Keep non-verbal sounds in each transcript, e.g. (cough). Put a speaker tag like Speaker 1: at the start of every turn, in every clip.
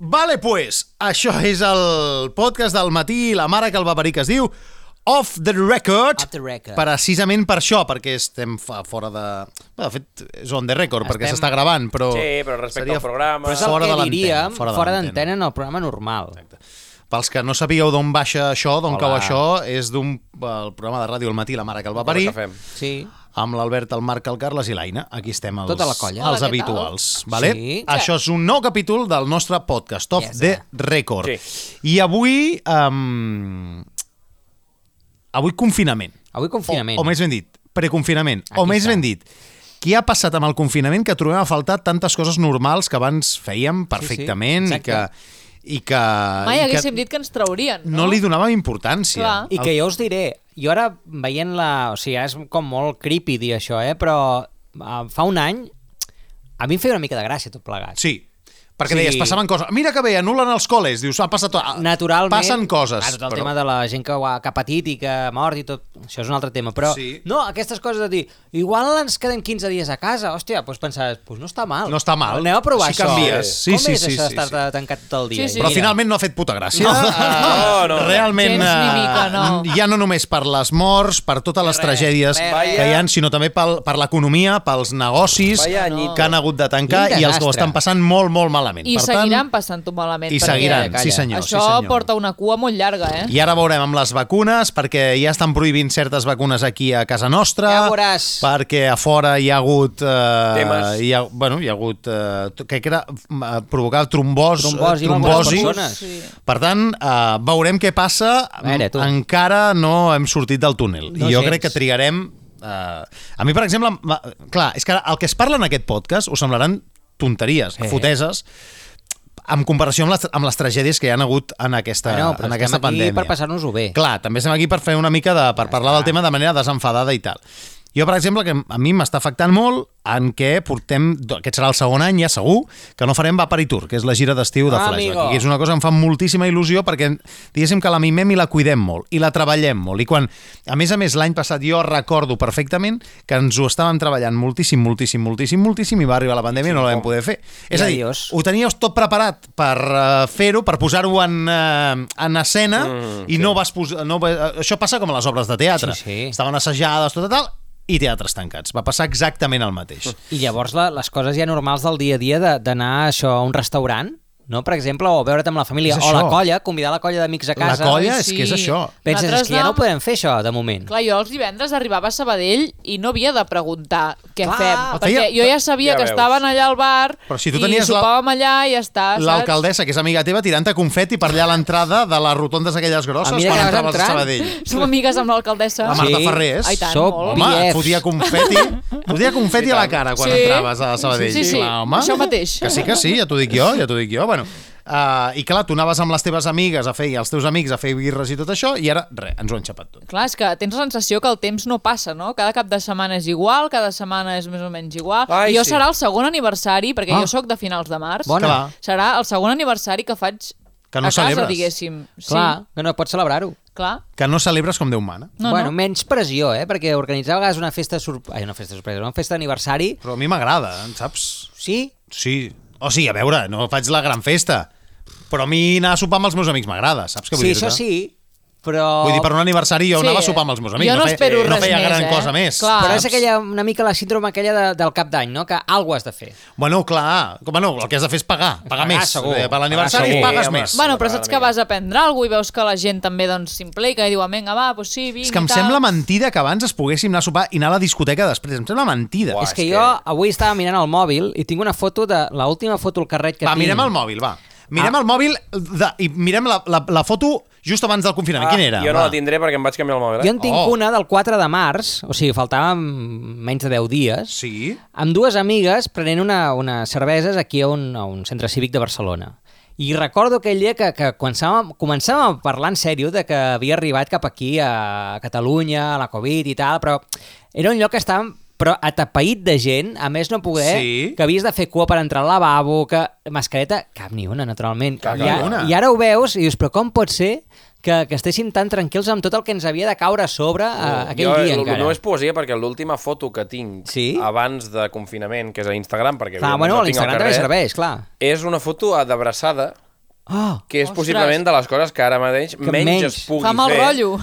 Speaker 1: Vale, pues, això és el podcast del matí, la mare que el va parir, que es diu Off the Record,
Speaker 2: Off the record.
Speaker 1: precisament per això, perquè estem fa- fora de... Bé, de fet, és on the record, perquè
Speaker 2: Estem-
Speaker 1: s'està gravant, però...
Speaker 3: Sí, però respecte al programa-
Speaker 2: Però és el
Speaker 1: fora
Speaker 2: que
Speaker 1: de l'antena,
Speaker 2: diríem fora,
Speaker 1: de l'antena.
Speaker 2: d'antena en el programa normal. Exacte.
Speaker 1: Pels que no sabíeu d'on baixa això, d'on
Speaker 2: Hola.
Speaker 1: cau això, és d'un el programa de ràdio al matí, la mare que el va parir,
Speaker 3: que fem.
Speaker 2: Sí.
Speaker 1: amb l'Albert, el Marc, el Carles i l'Aina. Aquí estem els,
Speaker 2: Tota la colla.
Speaker 1: els
Speaker 2: Hola, què tal?
Speaker 1: habituals. Vale?
Speaker 2: Sí.
Speaker 1: Això és un nou capítol del nostre podcast, Top
Speaker 2: Yes,
Speaker 1: yes, de
Speaker 2: eh?
Speaker 1: Record.
Speaker 3: Sí.
Speaker 1: I avui... Um, avui confinament.
Speaker 2: Avui confinament.
Speaker 1: O, o més ben dit, preconfinament.
Speaker 2: Aquí
Speaker 1: o més
Speaker 2: està.
Speaker 1: ben dit, què ha passat amb el confinament que trobem a faltar tantes coses normals que abans fèiem perfectament i
Speaker 2: exacte.
Speaker 1: que... I que
Speaker 4: Mai
Speaker 1: i
Speaker 4: haguéssim
Speaker 1: que
Speaker 4: dit que ens traurien,
Speaker 1: no
Speaker 4: no?
Speaker 1: li donàvem importància.
Speaker 4: Clar.
Speaker 2: I que jo us diré, jo ara veient la... O sigui, ara és com molt creepy dir això, eh? Però eh, fa un any a mi em feia una mica de gràcia tot plegat.
Speaker 1: Sí, perquè
Speaker 2: Sí.
Speaker 1: sí. deies, passaven coses. Mira que bé, anul·len els col·les. Dius, ha passat... ah,
Speaker 2: Naturalment...
Speaker 1: Passen coses.
Speaker 2: Ah, tot el però... tema de la gent que, ho ha, que ha patit i que ha mort i tot, això és un altre tema. Però
Speaker 1: Sí.
Speaker 2: no, aquestes coses de dir, igual ens quedem 15 dies a casa, hòstia, doncs pensaves, doncs no està mal.
Speaker 1: No està mal.
Speaker 2: Anem a provar
Speaker 1: Així
Speaker 2: això. eh?
Speaker 1: canvies. Sí,
Speaker 2: Com
Speaker 1: sí,
Speaker 2: és
Speaker 1: sí,
Speaker 2: això
Speaker 1: sí,
Speaker 2: d'estar
Speaker 1: sí.
Speaker 2: tancat tot el dia?
Speaker 4: Sí, sí.
Speaker 1: Però
Speaker 2: Mira.
Speaker 1: finalment no ha fet puta gràcia. Ah,
Speaker 2: No.
Speaker 3: No, no.
Speaker 1: Realment,
Speaker 4: Gens ni mica, no.
Speaker 1: eh, ja no només per les morts, per totes les
Speaker 2: Res,
Speaker 1: tragèdies
Speaker 2: res,
Speaker 3: res.
Speaker 1: que hi ha, sinó també pel, per l'economia, pels negocis
Speaker 4: Ah,
Speaker 3: Vaya anyito.
Speaker 1: que han hagut de tancar
Speaker 2: Quin
Speaker 1: i els que ho
Speaker 2: desastre.
Speaker 1: estan passant molt, molt malament.
Speaker 4: I
Speaker 1: per
Speaker 4: seguiran
Speaker 1: tant,
Speaker 4: passant-ho malament.
Speaker 1: i
Speaker 4: perquè
Speaker 1: seguiran,
Speaker 2: Calla,
Speaker 1: sí
Speaker 2: calla.
Speaker 1: senyor.
Speaker 4: Això
Speaker 1: sí senyor.
Speaker 4: porta una cua molt llarga, eh?
Speaker 1: I ara veurem amb les vacunes, perquè ja estan prohibint certes vacunes aquí a casa nostra.
Speaker 2: Ja veuràs.
Speaker 1: Perquè a fora hi ha hagut... Eh,
Speaker 3: Temes.
Speaker 1: Hi ha, bueno, hi ha hagut... Eh, que era eh, provocar el trombós,
Speaker 2: Trombós i
Speaker 1: trombosi.
Speaker 2: moltes persones.
Speaker 4: Sí.
Speaker 1: Per tant, eh, veurem què passa.
Speaker 2: A veure, tu.
Speaker 1: Encara no hem sortit del túnel.
Speaker 2: No
Speaker 1: I jo
Speaker 2: gens.
Speaker 1: crec que trigarem... Eh, a mi, per exemple, ma- clar, és que ara el que es parla en aquest podcast us semblaran tonteries,
Speaker 2: Eh.
Speaker 1: eh. foteses, en comparació amb les, amb les tragèdies que hi han hagut en aquesta,
Speaker 2: Ah, no, però
Speaker 1: en
Speaker 2: estem
Speaker 1: aquesta
Speaker 2: aquí
Speaker 1: pandèmia.
Speaker 2: per passar-nos-ho bé.
Speaker 1: Clar, també estem aquí per fer una mica de... per parlar del tema de manera desenfadada i tal. Jo, per exemple, que a mi m'està afectant molt en què portem... Aquest serà el segon any, ja segur, que no farem Vapari Tour, que és la gira d'estiu de
Speaker 2: Ah, amigo.
Speaker 1: Flashback. I és una cosa que em fa moltíssima il·lusió perquè diguéssim que la mimem i la cuidem molt i la treballem molt. I quan, a més a més, l'any passat jo recordo perfectament que ens ho estàvem treballant moltíssim, moltíssim, moltíssim, moltíssim i va arribar la pandèmia i no la vam poder fer.
Speaker 2: oh.
Speaker 1: És a dir,
Speaker 2: adiós.
Speaker 1: ho teníeu tot preparat per uh, fer-ho, per posar-ho en, uh, en escena mm, i sí. no vas posar... No, va- eh, això passa com a les obres de teatre.
Speaker 2: Sí, sí.
Speaker 1: Estaven assajades, tot i tal, i teatres tancats. Va passar exactament el mateix.
Speaker 2: I llavors la, les coses ja normals del dia a dia de- d'anar això a un restaurant, no? per exemple, o veure't amb la família,
Speaker 1: És
Speaker 2: o la
Speaker 1: això.
Speaker 2: colla, convidar la colla d'amics a
Speaker 1: La
Speaker 2: casa. doncs,
Speaker 1: colla
Speaker 4: Ai,
Speaker 1: és
Speaker 4: sí.
Speaker 1: que és això.
Speaker 2: Penses, és
Speaker 4: Nosaltres
Speaker 2: que ja no
Speaker 4: vam-
Speaker 2: podem fer això, de moment.
Speaker 4: Clar, jo els divendres arribava a Sabadell i no havia de preguntar què
Speaker 2: Clar.
Speaker 4: fem,
Speaker 2: Feia-
Speaker 4: perquè jo ja sabia
Speaker 3: Ja
Speaker 4: que
Speaker 3: veus.
Speaker 4: estaven allà al bar
Speaker 1: Però si tu tenies
Speaker 4: i
Speaker 1: la-
Speaker 4: sopàvem allà i ja està, saps?
Speaker 1: L'alcaldessa, que és amiga teva, tirant-te confeti per allà a l'entrada de les rotondes aquelles grosses
Speaker 2: Ah, mira
Speaker 1: quan
Speaker 2: que anaves
Speaker 1: entraves a
Speaker 2: entrant.
Speaker 1: Sabadell.
Speaker 4: Som amigues amb l'alcaldessa.
Speaker 1: La Marta
Speaker 2: Sí.
Speaker 1: Ferrer és?
Speaker 4: Ai, tant,
Speaker 2: Soc
Speaker 4: molt.
Speaker 1: Home,
Speaker 2: BFs.
Speaker 1: et fotia
Speaker 4: (laughs)
Speaker 1: confeti, et fotia confeti a la cara quan
Speaker 4: Sí.
Speaker 1: entraves a Sabadell.
Speaker 4: Sí, sí, sí.
Speaker 1: Clar, home.
Speaker 4: Això mateix.
Speaker 1: Que sí, que sí, ja t'ho dic jo, ja t'ho dic jo. Bueno, Uh, I clar, tu anaves amb les teves amigues a fer, i els teus amics a fer birres i tot això, i ara, res, ens ho han xapat tot.
Speaker 4: Clar, és que tens la sensació que el temps no passa, no? Cada cap de setmana és igual, cada setmana és més o menys igual.
Speaker 3: Ai,
Speaker 4: I jo
Speaker 3: sí.
Speaker 4: serà el segon aniversari, perquè
Speaker 1: Ah.
Speaker 4: jo sóc de finals de març.
Speaker 2: Bona.
Speaker 1: Clar.
Speaker 4: Serà el segon aniversari que faig
Speaker 1: Que no
Speaker 4: a casa,
Speaker 1: celebres.
Speaker 4: diguéssim. Sí,
Speaker 2: Clar, que no pots celebrar-ho.
Speaker 4: clar.
Speaker 1: Que no celebres com Déu mana.
Speaker 4: No,
Speaker 2: bueno,
Speaker 4: no.
Speaker 2: menys pressió, eh? Perquè organitzar a vegades una festa sorpresa... Ai, una festa sorpresa, una festa d'aniversari...
Speaker 1: Però a mi m'agrada, en saps?
Speaker 2: Sí?
Speaker 1: Sí. O sigui, a veure, no faig la gran festa, però a mi anar a sopar amb els meus amics m'agrada, saps què vull
Speaker 2: sí,
Speaker 1: dir-te?
Speaker 2: això sí, però...
Speaker 1: Vull dir, per un aniversari jo
Speaker 4: Sí,
Speaker 1: anava a
Speaker 4: eh?
Speaker 1: sopar amb els meus amics.
Speaker 4: Jo no
Speaker 1: feia,
Speaker 4: espero
Speaker 1: no
Speaker 4: res
Speaker 1: feia
Speaker 4: més,
Speaker 1: gran
Speaker 4: eh?
Speaker 1: cosa més.
Speaker 4: Clar.
Speaker 2: Però
Speaker 1: saps?
Speaker 2: és aquella, una mica la síndrome aquella de, del cap d'any, no? Que alguna has de fer.
Speaker 1: Bueno, clar, com, bueno, el que has de fer és pagar, pagar,
Speaker 2: Pagar,
Speaker 1: més.
Speaker 2: segur.
Speaker 1: Eh, Per l'aniversari
Speaker 2: Pagar, segur.
Speaker 1: pagues
Speaker 3: Sí, home.
Speaker 1: més.
Speaker 4: Bueno, però saps que
Speaker 3: M'agrada
Speaker 4: vas a aprendre alguna cosa i veus que la gent també doncs s'implica i diu, vinga, va, doncs sí, vinga
Speaker 1: és que em
Speaker 4: i tal.
Speaker 1: sembla mentida que abans es poguéssim anar a sopar i anar a la discoteca després. Em sembla mentida.
Speaker 3: Uau,
Speaker 2: és que,
Speaker 3: és que-
Speaker 2: jo avui estava mirant el mòbil i tinc una foto de l'última foto al carret que
Speaker 1: Va,
Speaker 2: tinc.
Speaker 1: mirem el mòbil, va. Mirem
Speaker 2: Ah.
Speaker 1: el mòbil de, i mirem la, la, la foto just abans del confinament. Quina era?
Speaker 3: Ah, Jo no
Speaker 1: Va.
Speaker 3: la tindré perquè em vaig canviar el mòbil.
Speaker 2: Jo
Speaker 3: Eh?
Speaker 2: en tinc
Speaker 1: Oh.
Speaker 2: una del 4 de març, o sigui, faltaven menys de 10 dies,
Speaker 1: Sí?
Speaker 2: amb dues amigues prenent una, unes cerveses aquí a un, a un centre cívic de Barcelona. I recordo aquell dia que, que començàvem, començàvem a parlar en sèrio de que havia arribat cap aquí a Catalunya, a la Covid i tal, però era un lloc que estàvem però atapeït de gent, a més no poder,
Speaker 1: Sí.
Speaker 2: que havies de fer cua per entrar al lavabo, que mascareta, cap ni una, naturalment.
Speaker 1: Cap
Speaker 2: I,
Speaker 1: ni
Speaker 2: a-
Speaker 1: una.
Speaker 2: I ara ho veus i dius, però com pot ser que, que estéssim tan tranquils amb tot el que ens havia de caure a sobre
Speaker 4: ah,
Speaker 2: eh, aquell
Speaker 3: jo,
Speaker 2: dia
Speaker 3: el,
Speaker 2: encara?
Speaker 3: El meu és poesia perquè l'última foto que tinc
Speaker 2: Sí?
Speaker 3: abans de confinament, que és a Instagram, perquè
Speaker 2: Clar,
Speaker 3: evidentment
Speaker 2: bueno,
Speaker 3: no tinc
Speaker 2: l'Instagram
Speaker 3: al
Speaker 2: també
Speaker 3: carrer,
Speaker 2: serveix, clar.
Speaker 3: És una foto d'abraçada
Speaker 2: Oh,
Speaker 3: que és
Speaker 4: Ostres.
Speaker 3: possiblement de les coses que ara mateix
Speaker 2: Que
Speaker 3: menys,
Speaker 2: menys.
Speaker 3: es pugui
Speaker 4: Fa mal
Speaker 3: fer.
Speaker 4: rotllo.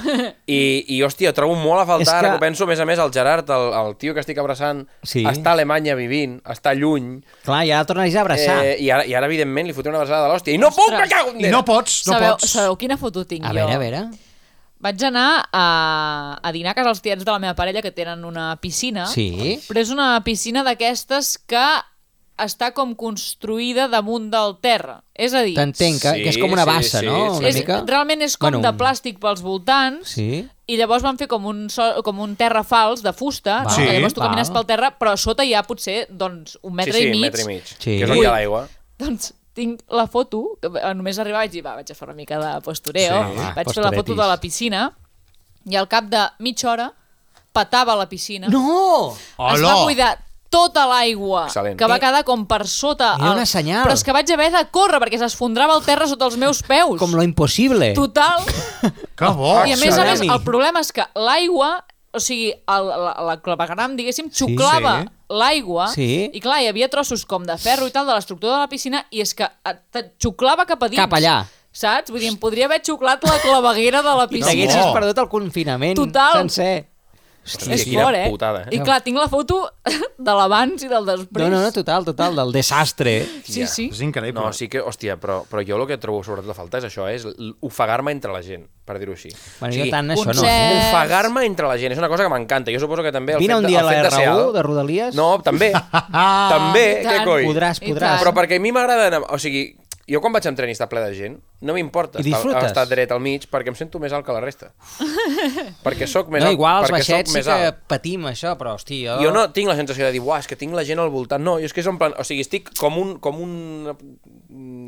Speaker 3: I, I, hòstia, trobo molt a faltar,
Speaker 2: És
Speaker 3: que...
Speaker 2: que-
Speaker 3: ara que ho penso, a més a més, el Gerard, el, el tio que estic abraçant,
Speaker 2: Sí.
Speaker 3: està a Alemanya vivint, està lluny,
Speaker 2: clar, ja tornaries a abraçar.
Speaker 3: eh, i, ara, i ara, evidentment, li fotré una abraçada de l'hòstia. I no puc,
Speaker 4: Ostres.
Speaker 3: que cago en
Speaker 1: I
Speaker 3: Déu!
Speaker 1: no pots, no
Speaker 4: sabeu,
Speaker 1: pots.
Speaker 4: sabeu quina foto tinc
Speaker 2: a
Speaker 4: jo?
Speaker 2: veure, a veure.
Speaker 4: Vaig anar a, a dinar a casa els tiets de la meva parella que tenen una piscina,
Speaker 2: Sí.
Speaker 4: però és una piscina d'aquestes que està com construïda damunt del terra. És a dir,
Speaker 2: T'entenc, que,
Speaker 3: Sí,
Speaker 2: que és com una
Speaker 3: sí,
Speaker 2: bassa,
Speaker 3: sí,
Speaker 2: no?
Speaker 3: sí.
Speaker 2: Una
Speaker 4: és,
Speaker 2: mica.
Speaker 4: realment és com
Speaker 2: Bueno,
Speaker 4: bueno, de
Speaker 2: un-
Speaker 4: plàstic pels voltants,
Speaker 2: Sí.
Speaker 4: i llavors van fer com un, so, com un terra fals de fusta,
Speaker 2: Val.
Speaker 4: no? que llavors tu
Speaker 2: Sí.
Speaker 4: camines
Speaker 2: Val.
Speaker 4: pel terra, però a sota hi ha potser doncs, un metre,
Speaker 3: sí, sí,
Speaker 4: i, mig,
Speaker 3: metre i mig,
Speaker 2: Sí.
Speaker 3: que és on hi ha l'aigua.
Speaker 4: Doncs tinc la foto, que eh, només arribar vaig dir, va, vaig a fer una mica de postureo,
Speaker 2: Sí,
Speaker 4: sí,
Speaker 2: va,
Speaker 4: vaig fer la foto
Speaker 2: posturetis.
Speaker 4: de la piscina i al cap de mitja hora petava la piscina.
Speaker 2: No!
Speaker 4: Es va
Speaker 1: Hola!
Speaker 4: buidar tota l'aigua,
Speaker 3: Excel·lent.
Speaker 4: que va
Speaker 2: Eh,
Speaker 4: quedar com per sota.
Speaker 2: era una senyal.
Speaker 4: Però és que vaig haver de córrer perquè s'esfondrava el terra sota els meus peus.
Speaker 2: Com lo impossible.
Speaker 4: Total.
Speaker 2: (laughs)
Speaker 1: Que bo.
Speaker 4: I a més a més,
Speaker 2: Tsunami.
Speaker 4: el problema és que l'aigua, o sigui, el, la, la clavegram, diguéssim, xuclava
Speaker 1: Sí.
Speaker 4: sí. l'aigua
Speaker 2: Sí.
Speaker 4: i clar, hi havia trossos com de ferro i tal de l'estructura de la piscina i és que et- et xuclava cap a dins.
Speaker 2: Cap allà.
Speaker 4: Saps? Vull dir, em podria haver xuclat la claveguera de la
Speaker 2: I
Speaker 1: No.
Speaker 4: piscina.
Speaker 2: t'haguessis
Speaker 1: Oh.
Speaker 2: perdut el confinament
Speaker 4: Total.
Speaker 2: sencer. Hòstia,
Speaker 4: És
Speaker 3: Quina
Speaker 4: fort, eh?
Speaker 3: putada, eh?
Speaker 4: I clar, tinc la foto (laughs) de l'abans i del després.
Speaker 2: No, no, no, total, total, del desastre.
Speaker 4: Sí, sí.
Speaker 1: És increïble.
Speaker 3: No, sí que, hòstia, però, però jo el que trobo sobretot de falta és això, eh? és l- ofegar-me entre la gent, per dir-ho així.
Speaker 2: Bueno, jo tant això no.
Speaker 4: concert. Eh.
Speaker 3: Ofegar-me entre la gent, és una cosa que m'encanta. Jo suposo que també el
Speaker 2: Vine
Speaker 3: fet,
Speaker 2: un
Speaker 3: de-
Speaker 2: dia a
Speaker 3: el
Speaker 2: la
Speaker 3: fet de ser
Speaker 2: R1
Speaker 3: alt...
Speaker 2: de Rodalies.
Speaker 3: No, també.
Speaker 2: (laughs)
Speaker 3: també, què
Speaker 4: I tant.
Speaker 3: coi?
Speaker 2: Podràs,
Speaker 4: I
Speaker 2: podràs.
Speaker 4: tant.
Speaker 3: Però perquè a mi m'agrada anar... O sigui, jo quan vaig en tren i està ple de gent, no m'importa
Speaker 2: I
Speaker 3: estar,
Speaker 2: disfrutes.
Speaker 3: estar dret al mig perquè em sento més alt que la resta.
Speaker 2: (laughs)
Speaker 3: perquè sóc més
Speaker 2: No,
Speaker 3: alt.
Speaker 2: igual els
Speaker 3: perquè sóc
Speaker 2: baixets sí
Speaker 3: més
Speaker 2: que
Speaker 3: alt.
Speaker 2: patim això, però, hòstia...
Speaker 3: Jo no tinc la sensació de dir, uah, és que tinc la gent al voltant. No, jo és que és en plan... O sigui, estic com un... Com un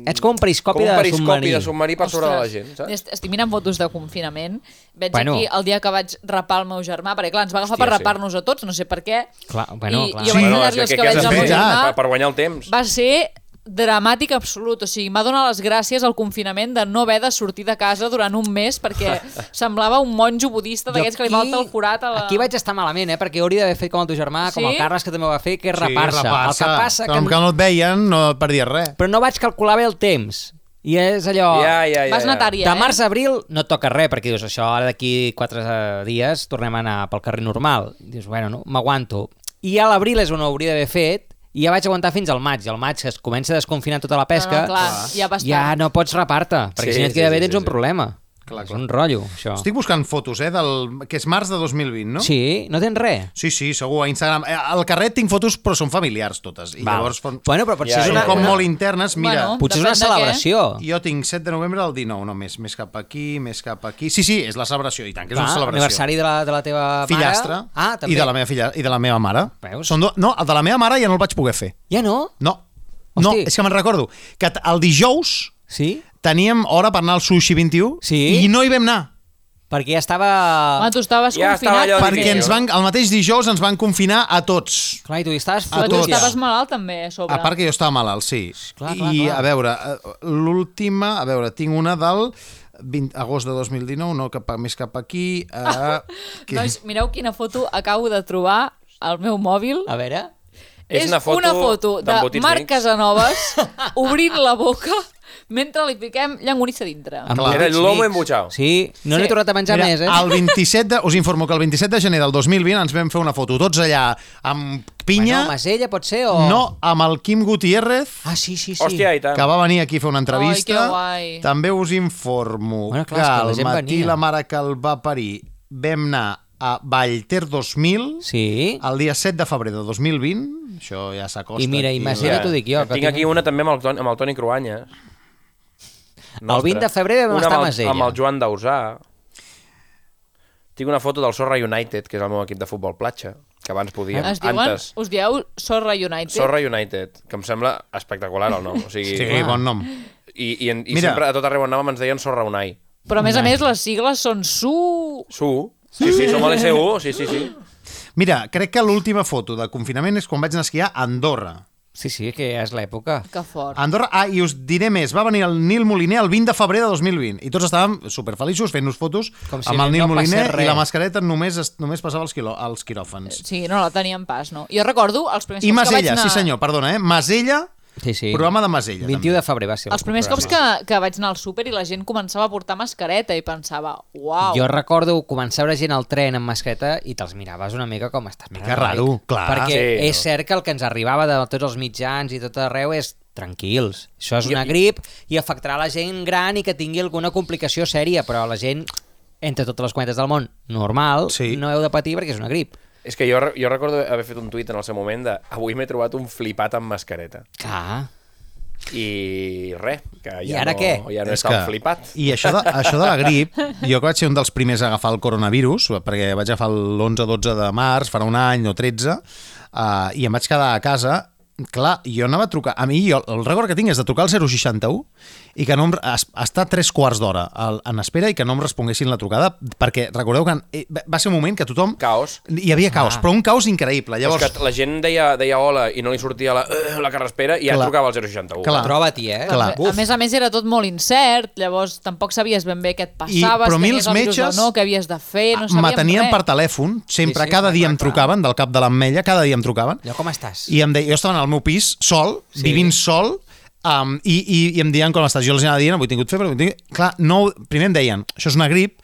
Speaker 2: Ets com un periscopi,
Speaker 3: com un
Speaker 2: de
Speaker 3: periscopi de
Speaker 2: submarí.
Speaker 3: submarí per sobre de la
Speaker 4: Ostres,
Speaker 3: gent, saps?
Speaker 4: est- Estic mirant fotos de confinament. Veig
Speaker 2: Bueno.
Speaker 4: bueno. aquí el dia que vaig rapar el meu germà, perquè clar, ens va agafar
Speaker 3: Hòstia,
Speaker 4: per
Speaker 3: sí.
Speaker 4: rapar-nos a tots, no sé per què.
Speaker 2: Clar, bueno,
Speaker 4: I,
Speaker 2: clar.
Speaker 4: I jo
Speaker 1: Sí.
Speaker 4: vaig
Speaker 1: Bueno,
Speaker 4: tallar-li
Speaker 3: és
Speaker 4: els
Speaker 3: que- que
Speaker 4: cabells
Speaker 1: has
Speaker 4: al
Speaker 1: de
Speaker 4: meu
Speaker 1: fer? Ja.
Speaker 4: germà.
Speaker 3: Per, per guanyar el temps.
Speaker 4: Va ser dramàtic absolut, o sigui, m'ha donat les gràcies al confinament de no haver de sortir de casa durant un
Speaker 3: (laughs)
Speaker 4: mes perquè semblava un monjo budista
Speaker 2: Jo
Speaker 4: d'aquests que li
Speaker 2: aquí-
Speaker 4: falta el forat a la...
Speaker 2: Aquí vaig estar malament, eh? Perquè hauria d'haver fet com el teu germà, com
Speaker 4: Sí?
Speaker 2: el Carles, que també ho va fer, que és rapar-se.
Speaker 1: rapar-se.
Speaker 2: el que passa
Speaker 1: Com que
Speaker 2: que...
Speaker 1: no et veien, no et perdies res.
Speaker 2: Però no vaig calcular bé el temps. I és allò...
Speaker 3: Ja, ja, ja.
Speaker 4: Vas anar
Speaker 3: ja.
Speaker 4: tard, ja,
Speaker 2: De març
Speaker 4: eh?
Speaker 2: a abril no et toca res, perquè dius, això ara d'aquí quatre eh, dies tornem a anar pel carrer normal. Dius, bueno, no, m'aguanto. I a l'abril és on ho hauria d'haver fet, i ja vaig aguantar fins al maig. I al maig que es comença a desconfinar tota la pesca,
Speaker 4: No, no, clar, ja bastant.
Speaker 2: ja no pots rapar-te, perquè
Speaker 3: Sí,
Speaker 2: si no et
Speaker 3: sí,
Speaker 2: queda
Speaker 3: sí,
Speaker 2: bé
Speaker 3: sí,
Speaker 2: tens un
Speaker 3: sí.
Speaker 2: problema.
Speaker 1: Clar,
Speaker 2: és
Speaker 1: clar.
Speaker 2: un rotllo, això.
Speaker 1: Estic buscant fotos, eh, del... que és març de 2020, no?
Speaker 2: Sí, no tens res.
Speaker 1: Sí, sí, segur, a Instagram. Eh, Al carrer tinc fotos, però són familiars totes. I
Speaker 2: Val.
Speaker 1: llavors fon...
Speaker 2: Bueno, però potser
Speaker 3: Ja,
Speaker 2: és
Speaker 1: són
Speaker 2: una...
Speaker 3: ja,
Speaker 1: com
Speaker 3: una-
Speaker 1: molt internes. Mira,
Speaker 4: Bueno.
Speaker 2: Potser és una
Speaker 4: Depèn de què.
Speaker 2: celebració.
Speaker 1: jo tinc 7 de novembre del 19, no, més, més cap aquí, més cap aquí. Sí, sí, és la celebració, i tant, que és
Speaker 2: Clar,
Speaker 1: una celebració.
Speaker 2: Ah, Aniversari de la, de la teva mare.
Speaker 1: Fillastre
Speaker 2: Ah, també.
Speaker 1: i de la meva filla i de la meva mare.
Speaker 2: Veus?
Speaker 1: Són do... No, el de la meva mare ja no el vaig poder fer.
Speaker 2: Ja no?
Speaker 1: No, no,
Speaker 2: Hosti.
Speaker 1: és que me'n recordo. Que t- el dijous
Speaker 2: Sí?
Speaker 1: teníem hora per anar al Sushi 21
Speaker 2: Sí?
Speaker 1: i no hi vam anar.
Speaker 2: Perquè ja estava...
Speaker 4: Home, tu estaves
Speaker 3: Ja estava
Speaker 4: confinat.
Speaker 3: allò de
Speaker 1: Perquè ens van, el mateix dijous ens van confinar a tots.
Speaker 2: Clar, i tu hi estaves
Speaker 1: A
Speaker 4: Però tu
Speaker 1: tots.
Speaker 2: fotut ja.
Speaker 4: estaves malalt també, a sobre.
Speaker 1: A part que jo estava malalt, sí.
Speaker 2: Clar,
Speaker 1: I
Speaker 2: clar, clar.
Speaker 1: a veure, eh, l'última, a veure, tinc una del 20, agost de 2019, no cap, a- més cap aquí. Eh,
Speaker 2: (laughs)
Speaker 1: que...
Speaker 4: Nois, Doncs mireu quina foto acabo de trobar al meu mòbil.
Speaker 2: A veure...
Speaker 3: És una foto
Speaker 4: una foto de
Speaker 3: d'embotits
Speaker 4: Marc
Speaker 3: mics. (laughs)
Speaker 4: Casanovas obrint la boca mentre li piquem llangonissa a dintre.
Speaker 2: Amb
Speaker 1: Clar.
Speaker 2: petits
Speaker 3: Era l'home
Speaker 2: mics.
Speaker 3: embutxau.
Speaker 2: Sí, no n'he
Speaker 4: Sí.
Speaker 2: tornat a menjar més, eh?
Speaker 1: El 27 de, us informo que el 27 de gener del 2020 ens vam fer una foto tots allà amb pinya,
Speaker 2: Bueno, Masella pot ser o...
Speaker 1: no amb el Quim Gutiérrez,
Speaker 2: Ah, sí, sí, sí.
Speaker 3: Hòstia, i tant.
Speaker 1: que va venir aquí a fer una entrevista.
Speaker 4: Ai, que guai.
Speaker 1: També us informo
Speaker 2: Bueno, clar,
Speaker 1: que
Speaker 2: és que la
Speaker 1: al
Speaker 2: gent
Speaker 1: matí
Speaker 2: venia.
Speaker 1: la mare que el va parir vam anar a Vallter 2000
Speaker 2: Sí.
Speaker 1: el dia 7 de febrer de 2020, això ja s'acosta.
Speaker 2: I mira,
Speaker 1: aquí,
Speaker 2: imagina't- Ja t'ho dic jo, que
Speaker 3: Tinc
Speaker 2: tinc-
Speaker 3: aquí una també amb el Toni, amb el Toni Cruanyes.
Speaker 2: El 20 de febrer vam
Speaker 3: Una
Speaker 2: estar a
Speaker 3: amb el-
Speaker 2: Masella.
Speaker 3: Amb el Joan Dausà. Tinc una foto del Sorra United, que és el meu equip de futbol platja, que abans podia.
Speaker 4: Ah, Es diuen,
Speaker 3: Antes.
Speaker 4: us dieu Sorra United?
Speaker 3: Sorra United, que em sembla espectacular el nom. O sigui,
Speaker 1: Sí,
Speaker 2: Ah.
Speaker 4: Ah.
Speaker 1: bon nom.
Speaker 3: I, i, en- i
Speaker 1: Mira.
Speaker 3: sempre a tot arreu on anàvem ens deien Sorra Unai.
Speaker 4: Però a més a més les sigles són su...
Speaker 3: Su. Sí, sí, som a l'SU, sí, sí, sí.
Speaker 1: Mira, crec que l'última foto de confinament és quan vaig anar a esquiar a Andorra.
Speaker 2: Sí, sí, que ja és l'època.
Speaker 4: Que fort.
Speaker 1: A Andorra, ah, i us diré més, va venir el Nil Moliner el 20 de febrer de 2020 i tots estàvem superfeliços fent-nos fotos
Speaker 2: Com si
Speaker 1: amb el
Speaker 2: no
Speaker 1: Nil
Speaker 2: passés
Speaker 1: Moliner i
Speaker 2: res.
Speaker 1: la mascareta només es- només passava als, quilò, als quiròfans.
Speaker 4: Sí, no la teníem pas, no? Jo recordo els primers
Speaker 1: I
Speaker 4: cops Eh, que vaig
Speaker 1: Masella,
Speaker 4: anar...
Speaker 1: sí senyor, perdona, eh? Masella,
Speaker 2: Sí, sí.
Speaker 1: Programa de Masella.
Speaker 2: 21 de febrer va ser.
Speaker 4: Els primers cops que, que vaig anar al súper i la gent començava a portar mascareta i pensava, uau,
Speaker 2: Jo recordo començar a veure gent al tren amb mascareta i te'ls miraves una mica com estàs
Speaker 1: Mica
Speaker 2: paranoic.
Speaker 1: raro, clar.
Speaker 2: Perquè
Speaker 3: Sí,
Speaker 2: és
Speaker 3: no.
Speaker 2: cert que el que ens arribava de tots els mitjans i tot arreu és tranquils. Això és una grip i afectarà la gent gran i que tingui alguna complicació sèria, però la gent entre totes les cometes del món, normal,
Speaker 1: Sí.
Speaker 2: no heu de patir perquè és una grip.
Speaker 3: És que jo, re- jo recordo haver fet un tuit en el seu moment de avui m'he trobat un flipat amb mascareta.
Speaker 2: Clar.
Speaker 3: I res, que ja
Speaker 2: I ara
Speaker 3: no,
Speaker 2: què?
Speaker 3: ja no és, tan flipat.
Speaker 1: I això de, això de la grip, jo que vaig ser un dels primers a agafar el coronavirus, perquè vaig agafar l'11-12 de març, farà un any o 13, uh, i em vaig quedar a casa clar, jo anava a trucar, a mi jo, el record que tinc és de trucar al 061 i que no em, es, estar tres quarts d'hora al- en espera i que no em responguessin la trucada perquè recordeu que en- eh, va ser un moment que tothom
Speaker 3: Caos.
Speaker 1: hi havia caos, ah. però un caos increïble
Speaker 3: Llavors...
Speaker 1: llavors,
Speaker 3: És que la gent deia, deia hola i no li sortia la, eh, la carraspera i ja
Speaker 1: Clar.
Speaker 3: trucava al 061.
Speaker 1: Clar.
Speaker 2: Troba-t'hi, eh?
Speaker 1: Clar.
Speaker 4: A més a més era tot molt incert, llavors tampoc sabies ben bé què et
Speaker 1: I-
Speaker 4: passava,
Speaker 1: però a
Speaker 4: si
Speaker 1: mi
Speaker 4: tenies
Speaker 1: els
Speaker 4: el virus
Speaker 1: metges
Speaker 4: o no, què havies de fer, no sabíem
Speaker 1: me tenien
Speaker 4: res.
Speaker 1: per telèfon sempre,
Speaker 2: Sí, sí,
Speaker 1: cada dia
Speaker 2: clar,
Speaker 1: em
Speaker 2: clar.
Speaker 1: trucaven del cap de l'Ametlla, cada dia em trucaven
Speaker 2: Allò com estàs?
Speaker 1: I em deia, jo estava en el meu pis, sol, sí. vivint sol, um, i, i, i em deien com estàs. Jo els anava dient, avui he tingut febre, avui he tingut... Clar, no, ho- primer em deien, això és una grip,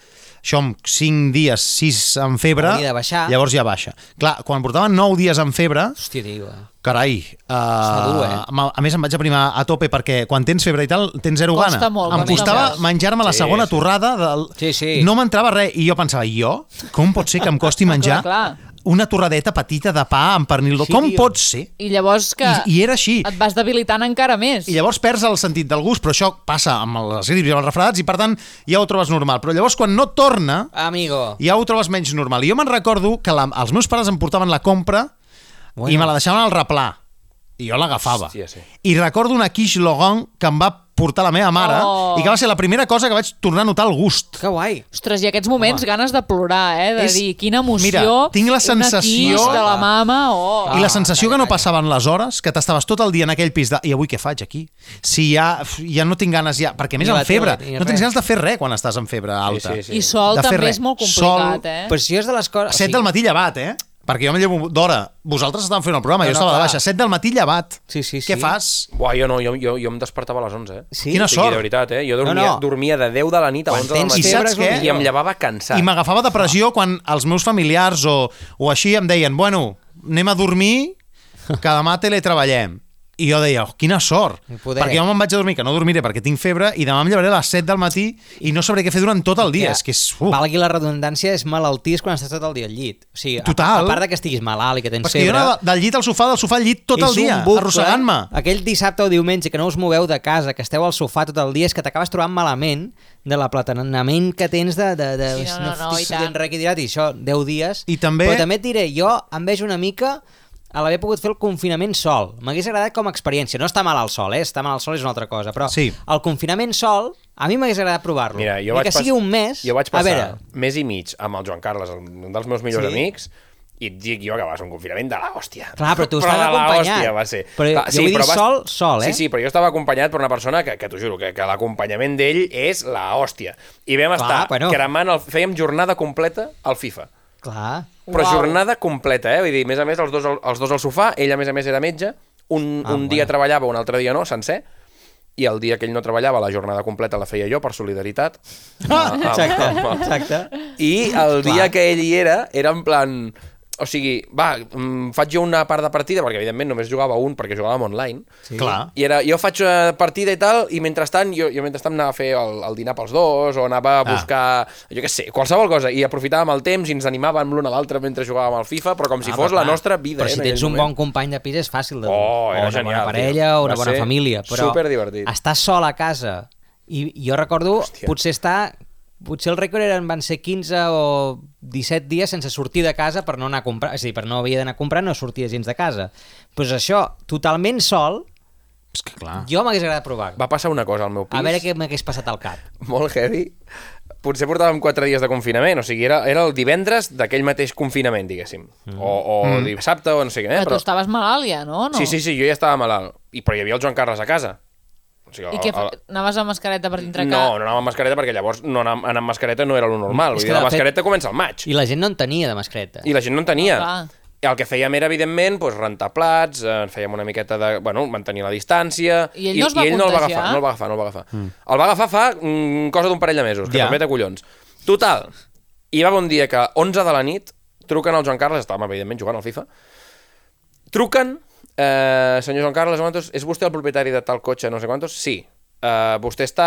Speaker 1: això amb 5 dies, 6 amb febre,
Speaker 2: Hauria de baixar.
Speaker 1: llavors ja baixa. Clar, quan portaven 9 dies amb febre,
Speaker 2: Hòstia, tio, eh?
Speaker 1: carai, uh,
Speaker 2: dur, eh?
Speaker 1: a més em vaig aprimar a tope perquè quan tens febre i tal, tens zero
Speaker 4: Costa
Speaker 1: gana.
Speaker 4: molt,
Speaker 1: em
Speaker 4: costa
Speaker 1: costava
Speaker 4: molt.
Speaker 1: menjar-me la
Speaker 3: Sí,
Speaker 1: segona
Speaker 3: sí.
Speaker 1: torrada, del...
Speaker 2: Sí, sí.
Speaker 1: no m'entrava res, i jo pensava, jo? Com pot ser que em costi menjar
Speaker 4: clar.
Speaker 1: una torradeta petita de pa amb pernil?
Speaker 2: Sí,
Speaker 1: com
Speaker 2: tio.
Speaker 1: pot ser?
Speaker 4: I llavors que
Speaker 1: I, i era així.
Speaker 4: et vas debilitant encara més.
Speaker 1: I llavors perds el sentit del gust, però això passa amb les grips i amb els refredats i per tant ja ho trobes normal. Però llavors quan no torna
Speaker 2: Amigo.
Speaker 1: ja ho trobes menys normal. I jo me'n recordo que la, els meus pares em portaven la compra bueno. i me la deixaven al replà. I jo l'agafava.
Speaker 3: Hòstia, sí.
Speaker 1: I recordo una quiche Logan que em va portar la meva mare
Speaker 4: Oh.
Speaker 1: i que va ser la primera cosa que vaig tornar a notar el gust.
Speaker 2: Que guai.
Speaker 4: Ostres, i aquests moments, Home. ganes de plorar, eh? De
Speaker 1: És-
Speaker 4: dir, quina emoció,
Speaker 1: Mira, tinc la
Speaker 4: una
Speaker 1: sensació- Ah,
Speaker 4: quiche de la mama, oh.
Speaker 1: I la
Speaker 2: Ah,
Speaker 1: sensació que no
Speaker 2: calla,
Speaker 1: passaven les hores, que t'estaves tot el dia en aquell pis de... I avui què faig aquí? Si ja, ja no tinc ganes ja... Perquè a més
Speaker 2: Ni la
Speaker 1: amb febre,
Speaker 2: tele, ni
Speaker 1: no
Speaker 2: res.
Speaker 1: tens ganes de fer res quan estàs amb febre alta.
Speaker 3: sí, sí.
Speaker 4: I sol
Speaker 1: De fer
Speaker 4: també
Speaker 1: res.
Speaker 4: és molt
Speaker 1: Sol,
Speaker 4: complicat, eh?
Speaker 2: Però si és de les coses...
Speaker 1: 7 del matí llevat, eh? Perquè jo em llevo d'hora. Vosaltres estàveu fent el programa,
Speaker 2: No,
Speaker 1: jo
Speaker 2: no,
Speaker 1: estava de
Speaker 2: clar.
Speaker 1: baixa. 7 del matí llevat.
Speaker 2: Sí, sí, sí.
Speaker 1: Què fas?
Speaker 3: Buah, jo no, jo, jo, jo em despertava a les 11, eh?
Speaker 2: Sí?
Speaker 1: Quina
Speaker 3: Sí,
Speaker 1: sort.
Speaker 3: de veritat, eh? Jo
Speaker 2: No,
Speaker 3: dormia,
Speaker 2: no.
Speaker 3: dormia de 10 de la nit a
Speaker 2: Quan
Speaker 3: 11 del
Speaker 2: tens
Speaker 3: matí.
Speaker 1: febre I saps és el què?
Speaker 3: I
Speaker 1: millor.
Speaker 3: em llevava cansat.
Speaker 1: I m'agafava depressió
Speaker 2: Ah.
Speaker 1: quan els meus familiars o, o així em deien, bueno, anem a dormir, que demà teletreballem. I jo deia, oh, quina sort,
Speaker 2: Poder.
Speaker 1: perquè jo me'n vaig a dormir, que no dormiré perquè tinc febre, i demà em llevaré a les 7 del matí i no sabré què fer durant tot el dia. És que és... Uh,
Speaker 2: Valgui la redundància, és malaltís quan estàs tot el dia al llit. O sigui, a-
Speaker 1: Total.
Speaker 2: A, part de que estiguis malalt i que tens
Speaker 1: però és que jo
Speaker 2: febre...
Speaker 1: anava del llit al sofà, del sofà al llit tot
Speaker 2: és
Speaker 1: el dia,
Speaker 2: un bucle. eh?
Speaker 1: arrossegant-me.
Speaker 2: Aquell dissabte o diumenge que no us moveu de casa, que esteu al sofà tot el dia, és que t'acabes trobant malament de l'aplatanament que tens de... de, de
Speaker 4: Sí, no, no, no, i
Speaker 2: estic
Speaker 4: tant.
Speaker 2: enrequidirat, i això, 10 dies.
Speaker 1: I també-
Speaker 2: Però també et diré, jo em veig una mica a l'haver pogut fer el confinament sol. M'hagués agradat com a experiència. No està mal al sol, eh? Estar mal al sol és una altra cosa, però
Speaker 1: Sí.
Speaker 2: el confinament sol a mi m'hagués agradat provar-lo.
Speaker 3: Mira, jo
Speaker 2: Ni
Speaker 3: vaig
Speaker 2: que sigui
Speaker 3: pas-
Speaker 2: un mes...
Speaker 3: Jo vaig passar
Speaker 2: A veure,
Speaker 3: mes i mig amb el Joan Carles, el- un dels meus millors
Speaker 2: Sí.
Speaker 3: sí. amics, i et dic jo que va ser un confinament de la hòstia.
Speaker 2: Clar,
Speaker 3: (laughs)
Speaker 2: però tu estaves
Speaker 3: de la
Speaker 2: acompanyat.
Speaker 3: hòstia va ser.
Speaker 2: Però
Speaker 3: Clar,
Speaker 2: jo vull dir sol, sol, eh?
Speaker 3: Sí, sí, però jo estava acompanyat per una persona que, que t'ho juro, que, que l'acompanyament d'ell és la hòstia. I vam estar
Speaker 2: bueno.
Speaker 3: cremant, el, fèiem jornada completa al FIFA.
Speaker 2: clar...
Speaker 3: Però
Speaker 4: Uau.
Speaker 3: jornada completa, eh? Vull dir, a més a més, els dos, al- els dos al sofà, ell a més a més era metge, un,
Speaker 2: Ah,
Speaker 3: ah, un
Speaker 2: bueno.
Speaker 3: dia treballava, un altre dia no, sencer, i el dia que ell no treballava, la jornada completa la feia jo, per solidaritat. Ah,
Speaker 2: Exacte, exacte.
Speaker 3: I el
Speaker 2: Clar.
Speaker 3: dia que ell hi era, era en plan... O sigui, va, mm, faig jo una part de partida, perquè evidentment només jugava un, perquè jugàvem online,
Speaker 1: Sí. Clar.
Speaker 3: i era, jo faig una partida i tal, i mentrestant, jo, jo mentrestant anava a fer el, el dinar pels dos, o anava
Speaker 1: Ah.
Speaker 3: a buscar, jo què sé, qualsevol cosa, i aprofitàvem el temps i ens animàvem l'un a l'altre mentre jugàvem al FIFA, però com si
Speaker 2: Ah,
Speaker 3: fos
Speaker 2: però
Speaker 3: la
Speaker 2: clar,
Speaker 3: nostra vida.
Speaker 2: Però
Speaker 3: eh,
Speaker 2: si
Speaker 3: en
Speaker 2: tens
Speaker 3: aquell
Speaker 2: un bon
Speaker 3: moment.
Speaker 2: company de pis és fàcil de
Speaker 3: Oh,
Speaker 2: o
Speaker 3: era
Speaker 2: una
Speaker 3: genial,
Speaker 2: bona
Speaker 3: tio.
Speaker 2: parella o una
Speaker 3: Va
Speaker 2: bona
Speaker 3: ser
Speaker 2: família, però
Speaker 3: superdivertit.
Speaker 2: estar sol a casa i jo recordo,
Speaker 3: Hòstia.
Speaker 2: potser estar potser el rècord eren, van ser 15 o 17 dies sense sortir de casa per no anar a comprar, és a dir, per no havia d'anar a comprar no sortia gens de casa. Doncs pues això, totalment sol,
Speaker 1: És que clar.
Speaker 2: jo m'hagués agradat provar.
Speaker 3: Ah. Va passar una cosa al meu pis.
Speaker 2: A veure què m'hagués passat al cap.
Speaker 3: molt heavy. Potser portàvem 4 dies de confinament, o sigui, era, era el divendres d'aquell mateix confinament, diguéssim. Mm. O, o mm. dissabte, o no sé què. Eh?
Speaker 4: Però tu estaves malalt ja, no? no?
Speaker 3: Sí, sí, sí, jo ja estava malalt. I, però hi havia el Joan Carles a casa. O sigui,
Speaker 4: I què, fa-
Speaker 3: el-
Speaker 4: anaves amb mascareta per dintre
Speaker 3: No, no anava amb mascareta perquè llavors no anar, anar amb mascareta no era lo normal.
Speaker 2: És
Speaker 3: Vull
Speaker 2: que,
Speaker 3: dir, la
Speaker 2: de fet-
Speaker 3: mascareta comença al maig.
Speaker 2: I la gent no en tenia de mascareta.
Speaker 3: I la gent no en tenia.
Speaker 4: Ah, clar.
Speaker 3: el que fèiem era, evidentment, doncs, rentar plats, eh, fèiem una miqueta de... Bueno, mantenir la distància...
Speaker 4: I ell no es va
Speaker 3: i ell no el va
Speaker 4: contagiar?
Speaker 3: agafar, no el va agafar, no el va agafar. Mm. El va agafar fa mm, cosa d'un parell de mesos, que
Speaker 1: Ja.
Speaker 3: ja. també té collons. Total, hi va un dia que 11 de la nit truquen al Joan Carles, estàvem, evidentment, jugant al FIFA, truquen, eh, senyor Joan Carles, quantos, és vostè el propietari de tal cotxe, no sé quantos? Sí. Eh, vostè està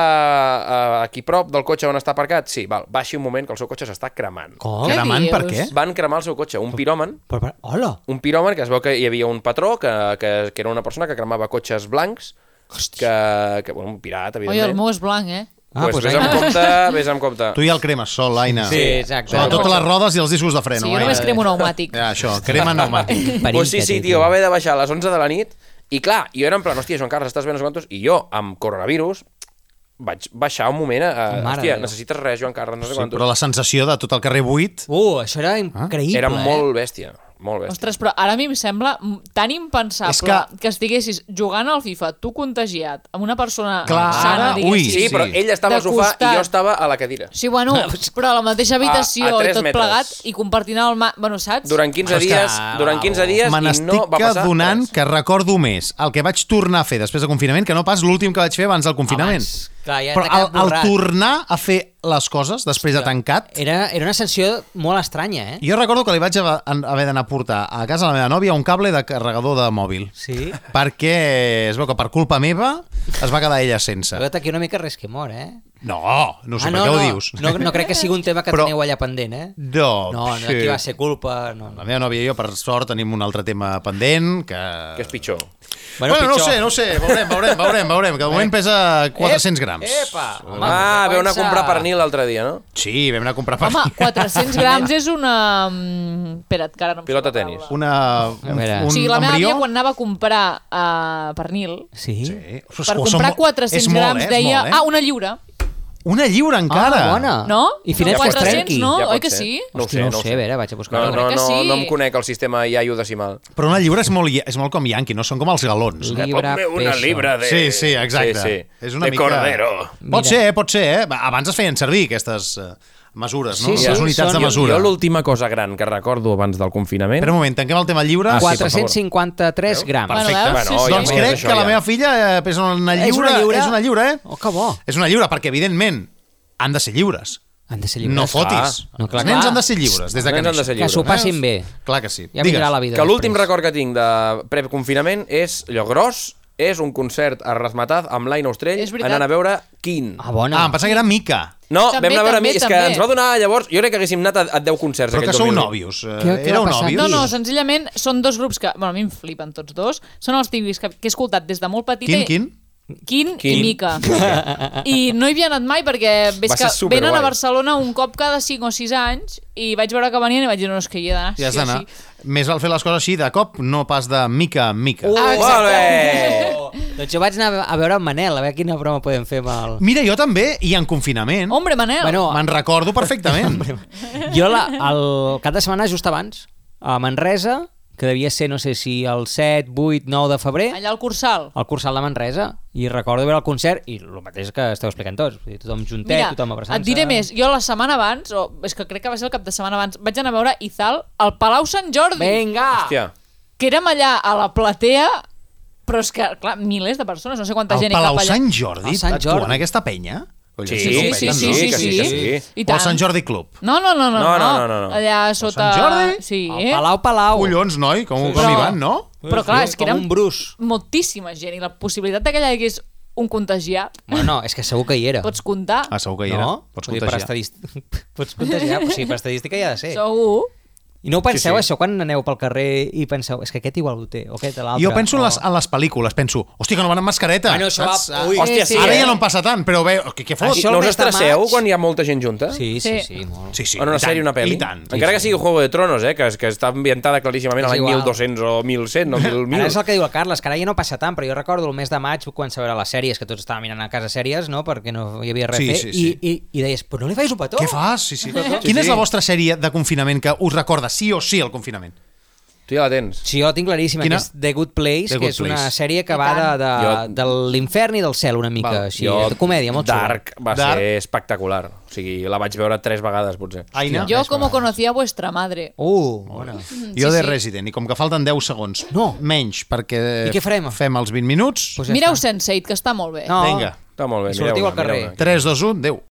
Speaker 3: eh, aquí prop del cotxe on està aparcat? Sí, val, baixi un moment que el seu cotxe s'està cremant.
Speaker 2: Com?
Speaker 4: Què
Speaker 1: Cremant per què?
Speaker 4: dius?
Speaker 3: Van cremar el seu cotxe, un piròman,
Speaker 2: Però, però, hola!
Speaker 3: un piròman que es veu que hi havia un patró, que, que, que era una persona que cremava cotxes blancs, que, que bueno, un pirata,
Speaker 4: Oi, el
Speaker 3: evidentment.
Speaker 4: meu és blanc, eh?
Speaker 2: Ah,
Speaker 3: pues
Speaker 2: pues
Speaker 3: vés
Speaker 2: ai.
Speaker 3: amb compte, vés amb compte.
Speaker 1: Tu i el cremes sol, Aina.
Speaker 2: Sí, exacte.
Speaker 1: Sobretot les rodes i els discos de freno.
Speaker 4: Sí, jo només
Speaker 1: Aina.
Speaker 4: cremo pneumàtic.
Speaker 1: Ja, això, crema
Speaker 4: (laughs)
Speaker 1: pneumàtic.
Speaker 2: Quin perill
Speaker 3: Pues Oh, sí,
Speaker 2: que
Speaker 3: sí,
Speaker 2: té,
Speaker 3: tio, va haver de baixar a les 11 de la nit i clar, jo era en plan, hòstia, Joan Carles, estàs bé, no sé quantos, i jo, amb coronavirus, vaig baixar un moment a... a
Speaker 2: Mare
Speaker 3: hòstia,
Speaker 2: de Déu.
Speaker 3: necessites res, Joan Carles, no sé
Speaker 1: Sí,
Speaker 3: quantos.
Speaker 1: però la sensació de tot el carrer buit...
Speaker 2: Uh, això era increïble,
Speaker 3: Era
Speaker 2: eh?
Speaker 3: molt bèstia, molt bèstia.
Speaker 4: Ostres, però ara a mi em sembla mm, tan impensable
Speaker 1: És
Speaker 4: que...
Speaker 1: que-
Speaker 4: que estiguessis jugant al FIFA, tu contagiat, amb una persona
Speaker 1: Clar, ara,
Speaker 4: sana,
Speaker 1: ui.
Speaker 4: diguéssim.
Speaker 3: Sí,
Speaker 1: sí.
Speaker 3: però ell estava
Speaker 4: De
Speaker 3: al sofà
Speaker 4: costat.
Speaker 3: i jo estava a la cadira.
Speaker 4: Sí, bueno, però a la mateixa
Speaker 3: a
Speaker 4: habitació i
Speaker 3: tres
Speaker 4: tot
Speaker 3: metres.
Speaker 4: plegat i compartint el... Ma... Bueno, saps?
Speaker 3: Durant 15
Speaker 2: Però és que,
Speaker 3: dies, durant 15 dies
Speaker 1: Me
Speaker 3: i no
Speaker 1: n'estic
Speaker 3: va passar
Speaker 1: adonant
Speaker 3: res.
Speaker 1: que recordo més el que vaig tornar a fer després de confinament que no pas l'últim que vaig fer abans del confinament.
Speaker 2: Abans, clar, ja
Speaker 1: Però
Speaker 2: t'ha
Speaker 1: el,
Speaker 2: quedat
Speaker 1: el
Speaker 2: borrat.
Speaker 1: tornar a fer les coses després de tancat...
Speaker 2: Era, era una sanció molt estranya, eh?
Speaker 1: Jo recordo que li vaig haver haver d'anar a portar a casa de la meva nòvia un cable de carregador de mòbil.
Speaker 2: Sí.
Speaker 1: Perquè es veu que per culpa meva es va quedar ella sense.
Speaker 2: Veus aquí una mica res que mor, eh?
Speaker 1: No, no sé ah, per
Speaker 2: no,
Speaker 1: què
Speaker 2: no.
Speaker 1: ho dius.
Speaker 2: No, no crec que sigui un tema que
Speaker 1: Però-
Speaker 2: Però... teniu allà pendent, eh?
Speaker 1: (laughs) no,
Speaker 2: No, no,
Speaker 1: sí.
Speaker 2: aquí va ser culpa... No,
Speaker 1: La
Speaker 2: no.
Speaker 1: meva nòvia i jo, per sort, tenim un altre tema pendent que...
Speaker 3: Que és pitjor.
Speaker 1: Bueno, bueno no ho sé, no ho sé, veurem, veurem, veurem, veurem, que de moment pesa 400 grams.
Speaker 2: Epa! Home,
Speaker 3: Ah, veu anar a
Speaker 2: comença.
Speaker 3: comprar pernil l'altre dia, no?
Speaker 1: Sí, vam anar a comprar per
Speaker 4: Home, 400 grams és una... mm, Espera't, que ara no em surt
Speaker 3: Pilota
Speaker 4: la paraula.
Speaker 3: tenis.
Speaker 1: una, un,
Speaker 2: veure.
Speaker 1: un
Speaker 4: O sigui, la meva
Speaker 1: embrió.
Speaker 4: àvia quan anava a comprar uh, pernil,
Speaker 2: Sí? sí.
Speaker 1: Sí. Ostres,
Speaker 4: per
Speaker 1: que ho som
Speaker 4: comprar
Speaker 1: molt-
Speaker 4: 400
Speaker 1: és molt,
Speaker 4: grams
Speaker 1: eh? És
Speaker 4: deia...
Speaker 1: Molt, eh?
Speaker 4: Ah, una lliura.
Speaker 1: Una lliure encara.
Speaker 2: Ah, bona.
Speaker 4: No?
Speaker 2: I Finets
Speaker 4: no,
Speaker 2: Fos
Speaker 4: 400,
Speaker 2: Trenqui.
Speaker 4: no?
Speaker 3: Ja pot
Speaker 4: Oi que
Speaker 3: ser.
Speaker 4: sí?
Speaker 3: No ho
Speaker 2: Hosti,
Speaker 3: sé,
Speaker 2: no
Speaker 3: no
Speaker 2: ho sé, a veure, vaig a buscar.
Speaker 3: No, no, Ah,
Speaker 4: crec que
Speaker 3: no,
Speaker 4: sí.
Speaker 3: no em conec el sistema iaio decimal.
Speaker 1: Però una lliure és molt, és molt com Yankee, no són com els galons.
Speaker 2: Libra
Speaker 3: Ponme una
Speaker 2: peso.
Speaker 3: libra de...
Speaker 1: Sí, sí, exacte.
Speaker 3: Sí, sí.
Speaker 1: És una
Speaker 3: de
Speaker 1: mica...
Speaker 3: cordero.
Speaker 1: Pot
Speaker 2: Mira.
Speaker 1: ser, eh? pot ser, eh? Abans es feien servir aquestes eh, mesures, no?
Speaker 2: Sí, sí,
Speaker 1: Les unitats
Speaker 2: són-
Speaker 1: de mesura.
Speaker 3: Jo l'última cosa gran que recordo abans del confinament...
Speaker 1: Espera un moment, tanquem el tema lliure.
Speaker 3: Ah, sí, per favor.
Speaker 2: 453 grams.
Speaker 4: Bueno,
Speaker 1: Perfecte.
Speaker 4: veus?
Speaker 3: Bueno,
Speaker 4: sí, sí.
Speaker 1: doncs
Speaker 3: ja
Speaker 1: crec
Speaker 3: veus, això
Speaker 1: que la
Speaker 3: ja.
Speaker 1: meva filla eh, pesa una lliure.
Speaker 2: És una lliure?
Speaker 1: És una lliure, eh?
Speaker 2: Oh, que bo.
Speaker 1: És una lliure, perquè evidentment han de ser lliures.
Speaker 2: Han de ser llibres.
Speaker 1: no fotis.
Speaker 2: Ah, no, clar,
Speaker 1: Els nens
Speaker 2: clar.
Speaker 1: han de ser lliures des de
Speaker 3: Els
Speaker 1: que
Speaker 3: nens han de ser
Speaker 2: Que s'ho passin bé.
Speaker 1: Clar que sí.
Speaker 2: Ja vindrà la vida
Speaker 3: Que l'últim
Speaker 2: després.
Speaker 3: record que tinc de preconfinament és allò gros, és un concert a Rasmataz amb l'Aina Ostrell
Speaker 4: És veritat.
Speaker 3: anant a veure Quin.
Speaker 2: Ah, bona.
Speaker 1: Ah, em pensava que era Mica.
Speaker 3: No,
Speaker 4: També,
Speaker 3: vam anar a veure...
Speaker 4: també,
Speaker 3: mi- és que
Speaker 4: també.
Speaker 3: ens va donar llavors... Jo crec que haguéssim anat a, a 10 concerts
Speaker 1: Però que
Speaker 3: aquest
Speaker 1: sou
Speaker 3: 2020. (laughs)
Speaker 1: nòvios. eh,
Speaker 2: Què- què va
Speaker 1: Éreu
Speaker 2: passar aquí?
Speaker 1: nòvios?
Speaker 4: No, no, senzillament són dos grups que... Bueno, a mi em flipen tots dos. Són els típics que, que he escoltat des de molt petita.
Speaker 1: Quin,
Speaker 4: i-
Speaker 1: quin?
Speaker 4: Quin,
Speaker 3: Quin.
Speaker 4: i Mica. I no hi havia anat mai perquè ves
Speaker 3: Va
Speaker 4: que
Speaker 3: ser superguai.
Speaker 4: venen a Barcelona un cop cada 5 o 6 anys i vaig veure que venien i vaig dir, no, és que hi he d'anar.
Speaker 1: Ja has
Speaker 4: sí o
Speaker 1: d'anar.
Speaker 4: sí."
Speaker 1: Més val fer les coses així de cop, no pas de mica en mica.
Speaker 2: Uh,
Speaker 3: Oh.
Speaker 4: Ah, exacte. Ah.
Speaker 3: Molt bé!
Speaker 2: Doncs jo vaig anar a veure en Manel, a veure quina broma podem fer amb el...
Speaker 1: Mira, jo també, i en confinament,
Speaker 4: Hombre, Manel.
Speaker 2: Bueno,
Speaker 1: me'n recordo perfectament.
Speaker 2: Jo la, el cap de setmana, just abans, a Manresa, que devia ser, no sé si el 7, 8, 9 de febrer,
Speaker 4: allà al Cursal.
Speaker 2: al Cursal de Manresa, i recordo veure el concert, i el mateix que esteu explicant tots, vull dir, tothom juntet,
Speaker 4: Mira,
Speaker 2: tothom abraçant-se...
Speaker 4: et
Speaker 3: eh?
Speaker 4: diré més, jo la setmana abans, o és que crec que va ser el cap de setmana abans, vaig anar a veure Izal al Palau Sant Jordi,
Speaker 2: Vinga!
Speaker 3: Hòstia.
Speaker 1: Ah.
Speaker 4: que érem allà a la platea, però és que, clar, milers de persones, no sé quanta
Speaker 1: Al
Speaker 4: gent hi
Speaker 1: Palau
Speaker 4: cap allà.
Speaker 1: Sant Jordi,
Speaker 2: Al Sant Jordi.
Speaker 1: actuant aquesta penya? Oi, que
Speaker 3: Sí,
Speaker 1: com
Speaker 4: Sí, sí,
Speaker 1: penya,
Speaker 4: sí,
Speaker 1: no?
Speaker 4: sí,
Speaker 3: que sí,
Speaker 4: sí,
Speaker 3: que sí.
Speaker 4: I
Speaker 1: O
Speaker 4: tant.
Speaker 1: al Sant Jordi Club.
Speaker 4: No, no, no, no,
Speaker 3: No, no, no, no.
Speaker 4: Allà sota...
Speaker 1: Sant Jordi?
Speaker 4: Sí.
Speaker 2: Al Palau Palau.
Speaker 1: Collons, noi, com, com
Speaker 4: Però-
Speaker 1: hi van, no?
Speaker 4: Eh? Però clar, és que
Speaker 2: Com
Speaker 4: érem
Speaker 2: un brus.
Speaker 4: moltíssima gent i la possibilitat de que allà hi hagués un contagiat,
Speaker 2: Bueno, no, és que segur que hi era.
Speaker 4: pots comptar,
Speaker 1: Ah, segur que hi era.
Speaker 2: No?
Speaker 1: Pots
Speaker 2: Vull dir,
Speaker 1: contagiar.
Speaker 2: Per estadist... (laughs) Pots contagiar, o sigui, per estadística hi ha de ser.
Speaker 4: segur.
Speaker 2: I no ho penseu,
Speaker 3: Sí,
Speaker 2: sí, sí. això, quan aneu pel carrer i penseu, és que aquest igual ho té, o aquest l'altre.
Speaker 1: Jo penso en les,
Speaker 2: O...
Speaker 1: en les pel·lícules, penso, hòstia, que no van amb mascareta.
Speaker 2: Oh. Bueno, això va-
Speaker 1: saps? Ah,
Speaker 2: ui.
Speaker 3: Hòstia, sí,
Speaker 4: Sí, sí,
Speaker 1: Ara
Speaker 3: eh?
Speaker 1: ja no em passa tant, però bé, què, què fot?
Speaker 2: Això-
Speaker 3: No
Speaker 2: el
Speaker 3: us
Speaker 2: mes de
Speaker 3: estresseu
Speaker 2: maig-
Speaker 3: quan hi ha molta gent junta?
Speaker 2: Sí, sí,
Speaker 4: Sí.
Speaker 2: sí, sí molt.
Speaker 1: Sí, sí,
Speaker 3: en
Speaker 1: i
Speaker 3: una
Speaker 1: tant,
Speaker 3: sèrie una pel·li?
Speaker 1: I tant.
Speaker 3: Encara que sigui Juego de Tronos, eh, que, que està ambientada claríssimament a
Speaker 2: És
Speaker 3: l'any
Speaker 2: igual.
Speaker 3: 1200 o 1100 o
Speaker 2: Ara és
Speaker 3: 1000.
Speaker 2: el que diu el Carles, que ara ja no passa tant, però jo recordo el mes de maig quan s'ha veure les sèries, que tots estàvem mirant a casa sèries, no?, perquè no hi havia res
Speaker 1: Sí,
Speaker 2: a fer,
Speaker 1: sí, sí.
Speaker 2: I, i, i deies, però no li facis un petó?
Speaker 1: Què fas? Sí, sí.
Speaker 3: Sí,
Speaker 1: Quina és
Speaker 3: sí.
Speaker 1: la vostra sèrie de confinament que us recorda sí o sí el confinament?
Speaker 3: Tu ja la tens.
Speaker 2: Sí, jo la tinc claríssima,
Speaker 1: Quina?
Speaker 2: que és The Good Place,
Speaker 1: The
Speaker 2: que
Speaker 1: Good
Speaker 2: és una
Speaker 1: Place.
Speaker 2: sèrie que va de, de,
Speaker 3: Jo-
Speaker 2: de l'infern i del cel una mica,
Speaker 1: Val.
Speaker 2: Val. així, jo... de comèdia, molt xula.
Speaker 3: Dark va
Speaker 1: Dark.
Speaker 3: ser espectacular. O sigui, la vaig veure tres vegades, potser.
Speaker 1: Aina,
Speaker 4: Yo como conocí a vuestra madre.
Speaker 2: Uh, bona.
Speaker 1: jo
Speaker 4: sí,
Speaker 1: de
Speaker 4: sí.
Speaker 1: Resident, i com que falten 10 segons,
Speaker 2: No.
Speaker 1: menys, perquè
Speaker 2: I què farem?
Speaker 1: fem els 20 minuts.
Speaker 2: Pues ja
Speaker 4: Mireu
Speaker 2: està.
Speaker 4: Sense8, que està molt bé.
Speaker 2: No,
Speaker 1: Vinga.
Speaker 3: Està molt bé.
Speaker 2: Sortiu
Speaker 3: mireu-la,
Speaker 2: al carrer.
Speaker 3: mireu-la.
Speaker 1: 3, 2, 1, adeu.